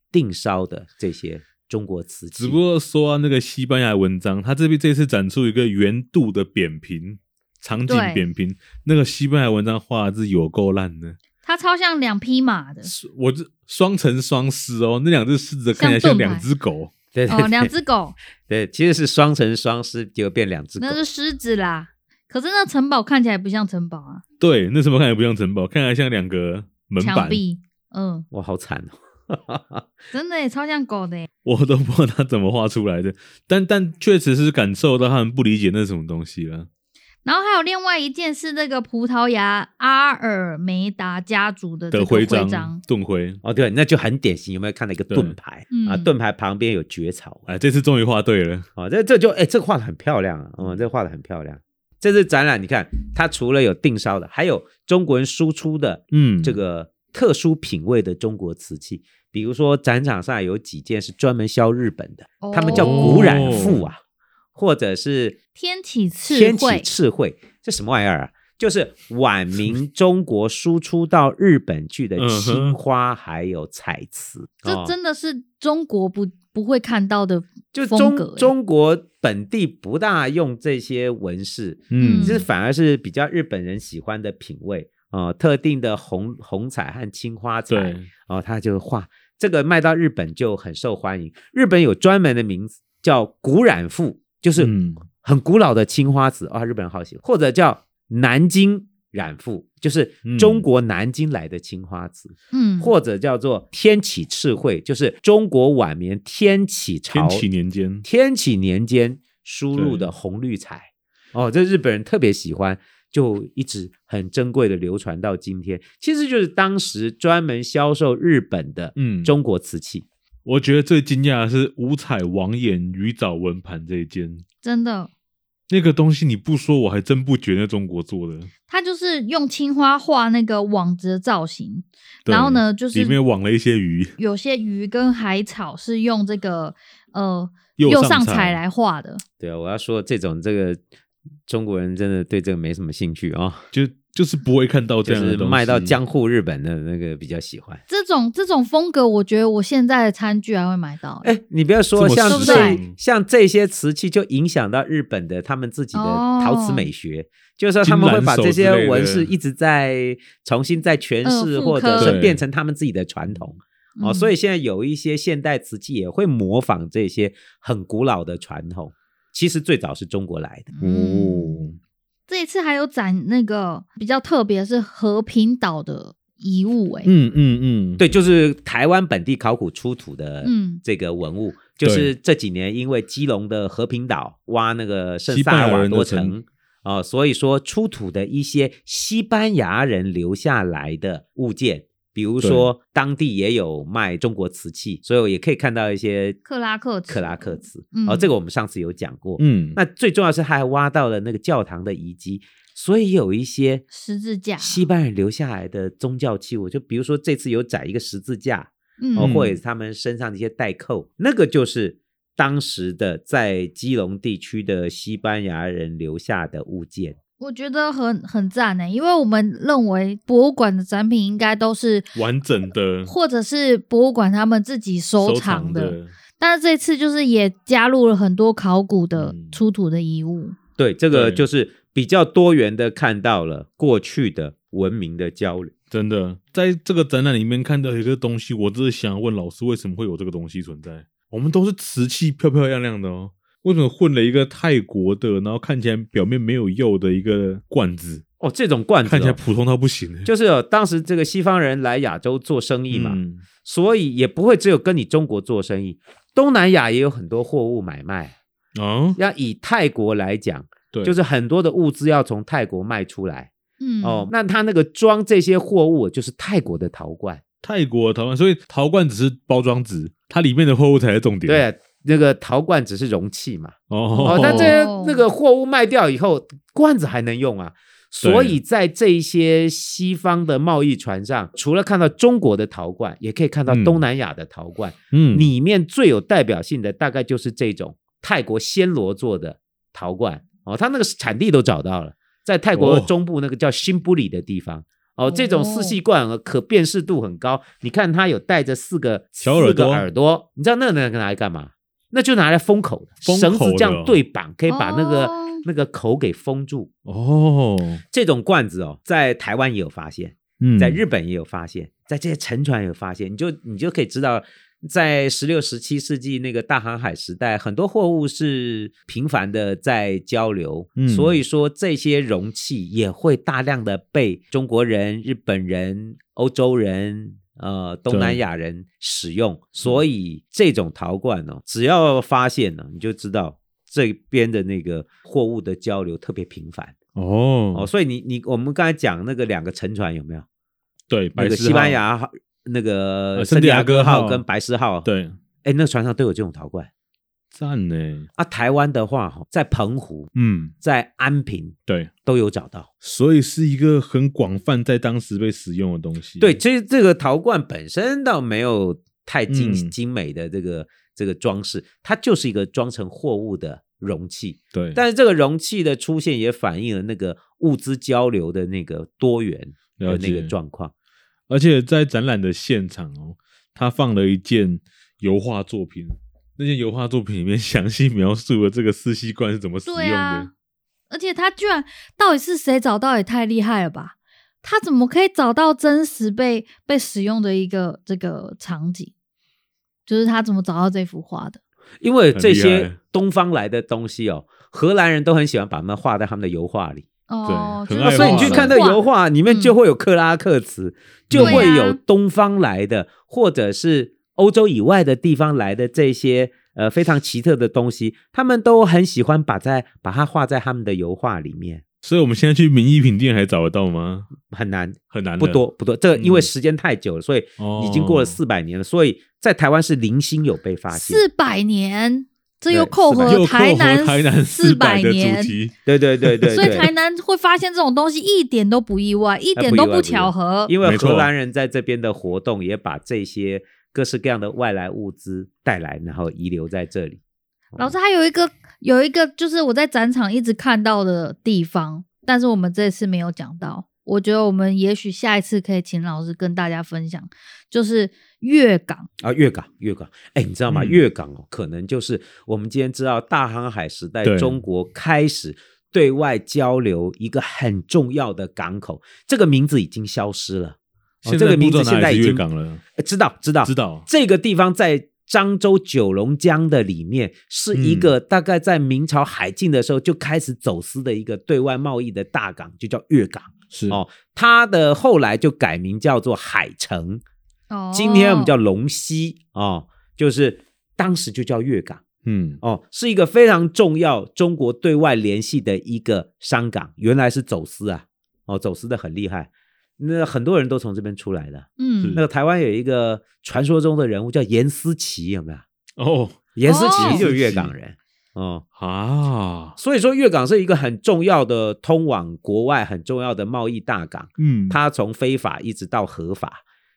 Speaker 3: 定烧的这些中国瓷器。
Speaker 1: 只不过说到那个西班牙文章，他这边这次展出一个圆度的扁平场景
Speaker 2: 对
Speaker 1: 扁平，那个西班牙文章画的是有够烂的，
Speaker 2: 它超像两匹马的，
Speaker 1: 是我这双层双狮哦，那两只狮子看起来像
Speaker 2: 像盾牌
Speaker 1: 两只狗，
Speaker 3: 对对对、
Speaker 2: 哦，两只狗，
Speaker 3: 对，其实是双层双狮，结果变两只狗
Speaker 2: 那。是狮子啦。可是那城堡看起来不像城堡啊，
Speaker 1: 对，那什么看起来不像城堡，看起来像两个门
Speaker 2: 墙
Speaker 1: 板，
Speaker 2: 壁，嗯，
Speaker 3: 哇，好惨哦！
Speaker 2: 真的耶超像狗的耶。
Speaker 1: 我都不知道他怎么画出来的，但但确实是感受到他们不理解那是什么东西了。
Speaker 2: 然后还有另外一件是那个葡萄牙阿尔梅达家族的这
Speaker 1: 的
Speaker 2: 个徽
Speaker 1: 章，盾徽，
Speaker 3: 哦，对，那就很典型。有没有看到一个盾牌
Speaker 2: 对
Speaker 3: 啊？
Speaker 2: 嗯
Speaker 3: 盾牌旁边有蕨草
Speaker 1: 哎，这次终于画对了，
Speaker 3: 哦，这这就哎，这个画的很漂亮啊，嗯，这个画的很漂亮。这次展览你看，它除了有定烧的，还有中国人输出的
Speaker 1: 嗯，
Speaker 3: 这个特殊品味的中国瓷器，比如说展场上有几件是专门销日本的，
Speaker 2: 哦
Speaker 3: 他们叫古染赋啊，或者是
Speaker 2: 天启刺
Speaker 3: 天启
Speaker 2: 蝟
Speaker 3: 赤绘，这什么玩意儿啊？就是晚明中国输出到日本去的
Speaker 1: 嗯哼
Speaker 3: 青花，还有彩瓷，
Speaker 2: 这
Speaker 3: 哦
Speaker 2: 真的是中国不不会看到的
Speaker 3: 就
Speaker 2: 风格
Speaker 1: 欸
Speaker 3: 中
Speaker 2: 耶。
Speaker 3: 中国本地不大用这些纹饰，
Speaker 1: 嗯，
Speaker 3: 这反而是比较日本人喜欢的品味啊、呃特定的红红彩和青花彩
Speaker 1: 对，
Speaker 3: 哦，他就画这个卖到日本就很受欢迎。日本有专门的名字叫古染赋，就是
Speaker 1: 嗯
Speaker 3: 很古老的青花瓷啊、日本人好喜欢，或者叫南京染赋，就是
Speaker 1: 嗯
Speaker 3: 中国南京来的青花瓷，
Speaker 2: 嗯，
Speaker 3: 或者叫做天启赤绘，就是中国晚明天启朝
Speaker 1: 天启年间，
Speaker 3: 天启年间输入
Speaker 1: 对
Speaker 3: 的红绿彩。哦，这日本人特别喜欢，就一直很珍贵的流传到今天。其实就是当时专门销售日本的
Speaker 1: 嗯
Speaker 3: 中国瓷器。
Speaker 1: 我觉得最惊讶的是五彩王眼鱼藻纹盘这一间，
Speaker 2: 真的，
Speaker 1: 那个东西你不说我还真不觉得中国做的。
Speaker 2: 它就是用青花画那个网子的造型，
Speaker 1: 对
Speaker 2: 然后呢，就是
Speaker 1: 里面网了一些鱼，
Speaker 2: 有些鱼跟海草是用这个呃
Speaker 1: 右上
Speaker 2: 上
Speaker 1: 彩
Speaker 2: 彩来画的，
Speaker 3: 对啊，我要说这种这个中国人真的对这个没什么兴趣啊、
Speaker 1: 就就是不会看到这
Speaker 3: 就
Speaker 1: 样的
Speaker 3: 是
Speaker 1: 东西。
Speaker 3: 卖到江户日本的那个比较喜欢。
Speaker 2: 这种这种风格，我觉得我现在的餐具还会买到、欸
Speaker 3: 哎，你不要说
Speaker 1: 这么
Speaker 3: 像
Speaker 2: 时
Speaker 3: 这
Speaker 1: 尚
Speaker 3: 像这些瓷器就影响到日本的他们自己的
Speaker 2: 哦
Speaker 3: 陶瓷美学，就是说他们会把这
Speaker 1: 金兰手之类
Speaker 3: 些
Speaker 1: 的
Speaker 3: 纹饰一直在重新再诠释，
Speaker 2: 嗯复刻
Speaker 3: 或者
Speaker 1: 对
Speaker 3: 是变成他们自己的传统。哦，
Speaker 2: 嗯
Speaker 3: 所以现在有一些现代瓷器也会模仿这些很古老的传统，其实最早是中国来的。
Speaker 2: 嗯这一次还有展那个比较特别是和平岛的遗物、哎、
Speaker 1: 嗯嗯嗯，，
Speaker 3: 对，就是台湾本地考古出土的
Speaker 2: 嗯
Speaker 3: 这个文物，就是这几年因为基隆的和平岛挖那个圣
Speaker 1: 西班牙
Speaker 3: 萨尔瓦
Speaker 1: 人的
Speaker 3: 多
Speaker 1: 城
Speaker 3: 城啊、所以说出土的一些西班牙人留下来的物件。比如说，当地也有卖中国瓷器，所以我也可以看到一些
Speaker 2: 克拉克瓷
Speaker 3: 克拉克瓷。
Speaker 2: 嗯
Speaker 3: 哦，这个我们上次有讲过。
Speaker 1: 嗯，
Speaker 3: 那最重要的是，还挖到了那个教堂的遗迹，所以有一些
Speaker 2: 十字架
Speaker 3: 西班牙人留下来的宗教器物，就比如说这次有载一个十字架，
Speaker 2: 嗯、
Speaker 3: 哦，或者是他们身上的一些带扣，那个就是当时的在基隆地区的西班牙人留下的物件。
Speaker 2: 我觉得很很赞呢、欸因为我们认为博物馆的展品应该都是
Speaker 1: 完整的
Speaker 2: 或者是博物馆他们自己收
Speaker 1: 收
Speaker 2: 藏的，
Speaker 1: 的，
Speaker 2: 但是这次就是也加入了很多考古的
Speaker 1: 嗯
Speaker 2: 出土的遗物。
Speaker 3: 对，这个
Speaker 1: 对
Speaker 3: 就是比较多元的看到了过去的文明的交流。
Speaker 1: 真的，在这个展览里面看到一个东西，我真的想问老师，为什么会有这个东西存在？我们都是瓷器，漂漂亮亮的哦，为什么混了一个泰国的，然后看起来表面没有釉的一个罐子，
Speaker 3: 哦，这种罐子
Speaker 1: 看起来
Speaker 3: 哦、
Speaker 1: 普通到不行，欸
Speaker 3: 就是有当时这个西方人来亚洲做生意嘛，
Speaker 1: 嗯
Speaker 3: 所以也不会只有跟你中国做生意，东南亚也有很多货物买卖。
Speaker 1: 啊，
Speaker 3: 要以泰国来讲，
Speaker 1: 对，
Speaker 3: 就是很多的物资要从泰国卖出来、
Speaker 2: 嗯，
Speaker 3: 哦，，那他那个装这些货物就是泰国的陶罐，
Speaker 1: 泰国的陶罐，所以陶罐只是包装纸，它里面的货物才是重点。，
Speaker 3: 对，那个陶罐只是容器嘛。
Speaker 1: 哦
Speaker 3: 哦，，那这
Speaker 2: 哦
Speaker 3: 些那个货物卖掉以后，罐子还能用啊。所以在这一些西方的贸易船上，除了看到中国的陶罐，也可以看到
Speaker 1: 嗯
Speaker 3: 东南亚的陶罐。
Speaker 1: 嗯，
Speaker 3: 里面最有代表性的大概就是这种泰国暹罗做的陶罐哦，它那个产地都找到了，在泰国
Speaker 1: 哦
Speaker 3: 中部那个叫新布里的地方。哦，这种
Speaker 2: 哦
Speaker 3: 四系罐呃可辨识度很高，你看它有带着四个
Speaker 1: 小耳朵
Speaker 3: 四个耳朵，你知道那那拿来干嘛？那就拿来封口的，
Speaker 1: 封口的哦
Speaker 3: 绳子这样对绑，可以把那个、
Speaker 2: 哦
Speaker 3: 那个口给封住。
Speaker 1: 哦，
Speaker 3: 这种罐子哦，在台湾也有发现，
Speaker 1: 嗯，
Speaker 3: 在日本也有发现，在这些沉船也有发现，你就你就可以知道，在十六、十七世纪那个大航海时代，很多货物是频繁的在交流，
Speaker 1: 嗯
Speaker 3: 所以说这些容器也会大量的被中国人、日本人、欧洲人。呃，东南亚人使用，所
Speaker 1: 嗯
Speaker 3: 以这种陶罐哦，只要发现呢，你就知道这边的那个货物的交流特别频繁
Speaker 1: 哦
Speaker 3: 哦。，所以你你我们刚才讲那个两个沉船有没有？
Speaker 1: 对，
Speaker 3: 那
Speaker 1: 白
Speaker 3: 个
Speaker 1: 石
Speaker 3: 西班
Speaker 1: 号，
Speaker 3: 牙号那
Speaker 1: 呃
Speaker 3: 个
Speaker 1: 圣
Speaker 3: 圣地
Speaker 1: 地
Speaker 3: 亚
Speaker 1: 亚
Speaker 3: 哥
Speaker 1: 哥号
Speaker 3: 号跟白狮号，，
Speaker 1: 对，
Speaker 3: 哎，那船上都有这种陶罐
Speaker 1: 赞呢，
Speaker 3: 啊。台湾的话，哈，在澎湖、
Speaker 1: 嗯，
Speaker 3: 在安平
Speaker 1: 对，
Speaker 3: 都有找到。
Speaker 1: 所以是一个很广泛在当时被使用的东西。
Speaker 3: 对，其实这个陶罐本身倒没有太精、
Speaker 1: 嗯
Speaker 3: 精美的这个这个装饰，它就是一个装成货物的容器。
Speaker 1: 对，
Speaker 3: 但是这个容器的出现也反映了那个物资交流的那个多元的
Speaker 1: 了
Speaker 3: 那
Speaker 1: 解
Speaker 3: 个状况。
Speaker 1: 而且在展览的现场哦，他放了一件油画作品，那件油画作品里面详细描述了这个四吸罐是怎么使用
Speaker 2: 对啊
Speaker 1: 的。，
Speaker 2: 而且他居然到底是谁找到，也太厉害了吧！他怎么可以找到真实被被使用的一个这个场景？就是他怎么找到这幅画的？
Speaker 3: 因为
Speaker 1: 很
Speaker 3: 这
Speaker 1: 厉
Speaker 3: 些
Speaker 1: 害
Speaker 3: 东方来的东西哦，荷兰人都很喜欢把它们画在他们的油画里。
Speaker 2: 哦，
Speaker 1: 对嗯
Speaker 2: 就
Speaker 1: 很
Speaker 2: 是
Speaker 1: 爱
Speaker 3: 所以你
Speaker 1: 画
Speaker 3: 去
Speaker 1: 的
Speaker 3: 看那油画，里面
Speaker 2: 嗯
Speaker 3: 就会有克拉克词，就
Speaker 1: 对
Speaker 3: 会有
Speaker 2: 啊
Speaker 3: 东方来的，或者是欧洲以外的地方来的这些呃非常奇特的东西，他们都很喜欢把在把它画在他们的油画里面。
Speaker 1: 所以我们现在去名艺品店还找得到吗？
Speaker 3: 很难，
Speaker 1: 很难的，
Speaker 3: 不多不多。这个因为
Speaker 1: 嗯
Speaker 3: 时间太久了，所以
Speaker 1: 哦
Speaker 3: 已经过了四百年了，所以在台湾是零星有被发
Speaker 1: 哦
Speaker 3: 现。
Speaker 2: 四百年，这又
Speaker 3: 对
Speaker 2: 扣
Speaker 3: 400
Speaker 1: 又
Speaker 2: 合
Speaker 1: 扣合
Speaker 2: 南
Speaker 1: 台南
Speaker 2: 四
Speaker 1: 百的主
Speaker 2: 年，
Speaker 1: 题，
Speaker 3: 对对对对
Speaker 2: 所以
Speaker 3: 对
Speaker 2: 台南会发现这种东西一点都不意外，一
Speaker 3: 呃
Speaker 2: 点
Speaker 3: 不意
Speaker 2: 都
Speaker 3: 外
Speaker 2: 不
Speaker 3: 不意外
Speaker 2: 巧合。
Speaker 3: 因为
Speaker 1: 没错
Speaker 3: 荷兰人在这边的活动也把这些各式各样的外来物资带来，然后遗留在这里。
Speaker 2: 老师还有一个有一个就是我在展场一直看到的地方，但是我们这次没有讲到。我觉得我们也许下一次可以请老师跟大家分享，就是粤港。
Speaker 3: 啊，粤港，粤港，哎，你知道吗？
Speaker 1: 嗯
Speaker 3: 粤港哦，可能就是我们今天知道大航海时代，
Speaker 1: 对
Speaker 3: 中国开始对外交流一个很重要的港口，这个名字已经消失了。哦、
Speaker 1: 现
Speaker 3: 这
Speaker 1: 在
Speaker 3: 个
Speaker 1: 不
Speaker 3: 名
Speaker 1: 知道
Speaker 3: 字现
Speaker 1: 哪
Speaker 3: 在
Speaker 1: 里
Speaker 3: 已
Speaker 1: 是
Speaker 3: 经
Speaker 1: 粤港了，
Speaker 3: 呃知道，知道，
Speaker 1: 知道
Speaker 3: 这个地方在漳州九龙江的里面，是一
Speaker 1: 嗯
Speaker 3: 个大概在明朝海禁的时候就开始走私的一个对外贸易的大港，就叫粤港
Speaker 1: 是
Speaker 3: 哦。它的后来就改名叫做海城，
Speaker 2: 哦
Speaker 3: 今天我们叫龙溪哦，就是当时就叫粤港
Speaker 1: 嗯，
Speaker 3: 哦，是一个非常重要中国对外联系的一个商港。原来是走私啊，哦，走私的很厉害，那很多人都从这边出来的。
Speaker 2: 嗯
Speaker 3: 那个台湾有一个传说中的人物叫严思齐，有没有？
Speaker 1: 哦
Speaker 3: 严思齐
Speaker 2: 哦
Speaker 3: 就是粤港人哦、
Speaker 1: 啊，
Speaker 3: 所以说粤港是一个很重要的通往国外很重要的贸易大港，
Speaker 1: 嗯，
Speaker 3: 它从非法一直到合法，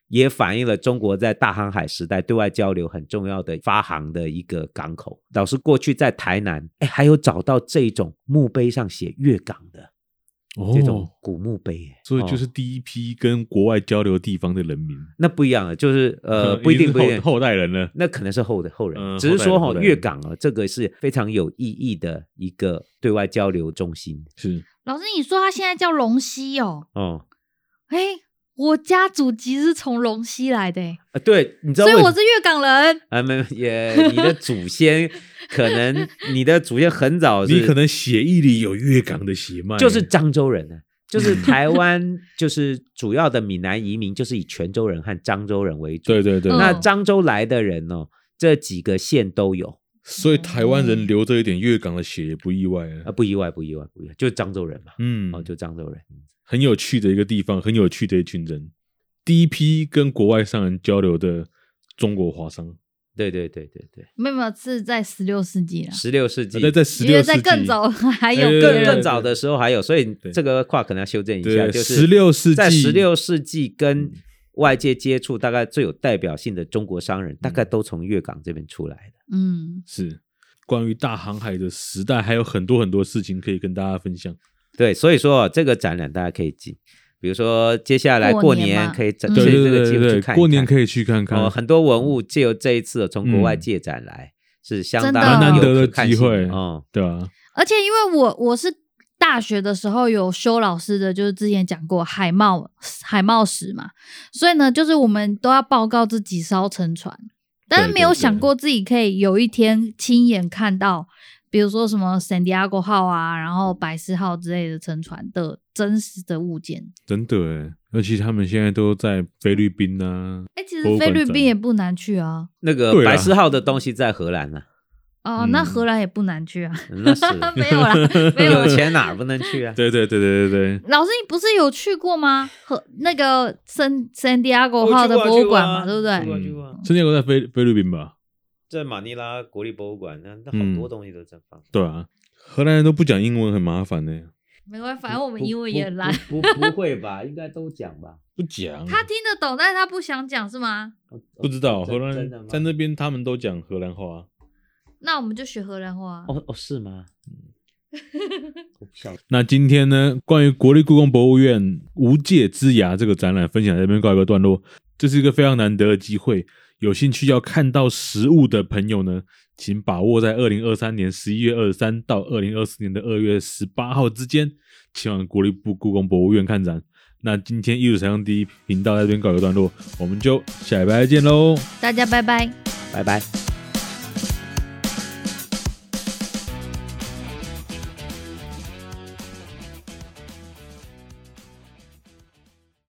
Speaker 3: 也反映了中国在大航海时代对外交流很重要的发航的一个港口。老师过去在台南，哎，还有找到这种墓碑上写粤港的、
Speaker 1: 哦
Speaker 3: 这种古墓碑，哎
Speaker 1: 所以就
Speaker 3: 哦
Speaker 1: 是第一批跟国外交流地方的人民，
Speaker 3: 那不一样了，就是呃，
Speaker 1: 嗯
Speaker 3: 不一定
Speaker 1: 已经是
Speaker 3: 不一定
Speaker 1: 后后代人了
Speaker 3: 那可能是后的后人，
Speaker 1: 嗯
Speaker 3: 只是说哈、
Speaker 1: 后代人后代人
Speaker 3: 粤港啊，这个是非常有意义的一个对外交流中心
Speaker 1: 是
Speaker 2: 老师，你说它现在叫龙溪哦？
Speaker 3: 哦。
Speaker 2: 哎，我家祖籍是从龙溪来的欸，
Speaker 3: 啊，对，你知道
Speaker 2: 所
Speaker 3: 为
Speaker 2: 以
Speaker 3: 什么，
Speaker 2: 我是粤港人。
Speaker 3: 啊，没有也你的祖先可能你的祖先很早是，
Speaker 1: 你可能哎血液里有粤港的血脉，
Speaker 3: 就是漳州人呢、啊 就是台湾，就是主要的闽南移民，就是以泉州人和漳州人为主。
Speaker 1: 对对对，
Speaker 2: 嗯
Speaker 3: 那漳州来的人哦，这几个县都有，
Speaker 1: 所以台湾
Speaker 3: 嗯
Speaker 1: 人留着一点粤港的血也不意外
Speaker 3: 啊、
Speaker 1: 啊。
Speaker 3: 不意外，不意外，不意外，就是漳州人嘛，
Speaker 1: 嗯，
Speaker 3: 哦，就漳州人。
Speaker 1: 很有趣的一个地方，很有趣的一群人。第一批跟国外商人交流的中国华商，
Speaker 3: 对对对对对，
Speaker 2: 没有没有是在十六世纪了，
Speaker 3: 十六世纪，
Speaker 1: 那在十
Speaker 2: 因
Speaker 1: 六
Speaker 2: 为
Speaker 1: 世
Speaker 2: 在
Speaker 1: 纪
Speaker 2: 更早 还有
Speaker 1: 对
Speaker 2: 别
Speaker 3: 更
Speaker 1: 对
Speaker 3: 更
Speaker 2: 人，
Speaker 3: 早的时候还有，所以
Speaker 1: 对
Speaker 3: 这个话可能要修正一下，
Speaker 1: 对，
Speaker 3: 就是
Speaker 1: 十六世纪，嗯
Speaker 3: 在十六世纪跟外界接触大概最有代表性的中国商
Speaker 1: 嗯
Speaker 3: 人，大概都从粤港这边出来的。
Speaker 2: 嗯，
Speaker 1: 是关于大航海的时代，还有很多很多事情可以跟大家分享。
Speaker 3: 对，所以说这个展览大家可以进，比如说接下来
Speaker 2: 过
Speaker 3: 过
Speaker 2: 年
Speaker 3: 年
Speaker 2: 嘛
Speaker 3: 可以整
Speaker 2: 嗯
Speaker 1: 对
Speaker 3: 趁
Speaker 1: 对
Speaker 3: 这个
Speaker 1: 对
Speaker 3: 机会去
Speaker 1: 对
Speaker 3: 看
Speaker 1: 对，
Speaker 3: 一
Speaker 1: 过年
Speaker 3: 看
Speaker 1: 可以去看
Speaker 3: 哦，
Speaker 1: 看，
Speaker 3: 很多文物借由这一次从国外
Speaker 1: 嗯
Speaker 3: 借展来，是相
Speaker 2: 真
Speaker 3: 当
Speaker 2: 的
Speaker 1: 蛮难
Speaker 3: 有
Speaker 1: 得
Speaker 3: 可
Speaker 1: 的
Speaker 3: 看
Speaker 1: 机
Speaker 3: 性
Speaker 1: 会
Speaker 3: 哦。
Speaker 1: 对啊，
Speaker 2: 而且因为我我是大学的时候有修老师的，就是之前讲过海贸海贸史嘛，所以呢，就是我们都要报告自己艘沉船，但是
Speaker 1: 对
Speaker 2: 没有
Speaker 1: 对对
Speaker 2: 想过自己可以有一天亲眼看到，比如说什么 San Diego 号啊，然后百事号之类的沉船的真实的物件。
Speaker 1: 真的诶，而且他们现在都在菲律宾啊，
Speaker 2: 哎、
Speaker 1: 博
Speaker 2: 其实
Speaker 1: 物馆
Speaker 2: 菲律
Speaker 1: 展
Speaker 2: 宾也不难去啊，
Speaker 3: 那个
Speaker 1: 对啊
Speaker 3: 白石号的东西在荷兰呢，
Speaker 2: 哦，那
Speaker 1: 嗯
Speaker 2: 荷兰也不难去啊，
Speaker 3: 嗯那是
Speaker 2: 没有啦，没有
Speaker 3: 有
Speaker 2: 啦。
Speaker 3: 钱哪儿不能去啊？
Speaker 1: 对对对对对对，
Speaker 2: 老师，你不是有去过吗？和那个 San San
Speaker 3: 我
Speaker 2: Diego
Speaker 3: 去
Speaker 2: 号的
Speaker 3: 过啊
Speaker 2: 博
Speaker 3: 去
Speaker 2: 物
Speaker 3: 过
Speaker 2: 馆
Speaker 3: 啊
Speaker 2: 嘛，对不对
Speaker 3: 去？过啊去
Speaker 1: 嗯
Speaker 3: 过啊
Speaker 1: 圣地亚哥在菲菲律宾吧？
Speaker 3: 在马尼拉国立博物馆，那那
Speaker 1: 嗯
Speaker 3: 好多东西都在放。
Speaker 1: 对啊，荷兰人都不讲英文，很麻烦呢、
Speaker 2: 没关系，反正我们英文也烂。
Speaker 3: 不不不会吧？应该都讲吧？
Speaker 1: 不讲，
Speaker 2: 他听得懂，但是他不想讲是吗？
Speaker 1: 不知道
Speaker 3: 哦
Speaker 1: 荷兰
Speaker 3: 真的
Speaker 1: 人
Speaker 3: 吗
Speaker 1: 在那边，他们都讲荷兰话啊。
Speaker 2: 那我们就学荷兰话。
Speaker 3: 哦哦是吗？
Speaker 1: 嗯
Speaker 3: 我不晓得。
Speaker 1: 那今天呢，关于国立故宫博物院《无界之崖》这个展览分享在这边告一个段落。这是一个非常难得的机会，有兴趣要看到实物的朋友呢，请把握在二零二三年十一月二十三到二零二四年的二月十八号之间，前往国立故故宫博物院看展。那今天艺术采样第一频道在这边告一个段落，我们就下礼拜再见喽。
Speaker 2: 大家拜拜。
Speaker 3: 拜拜。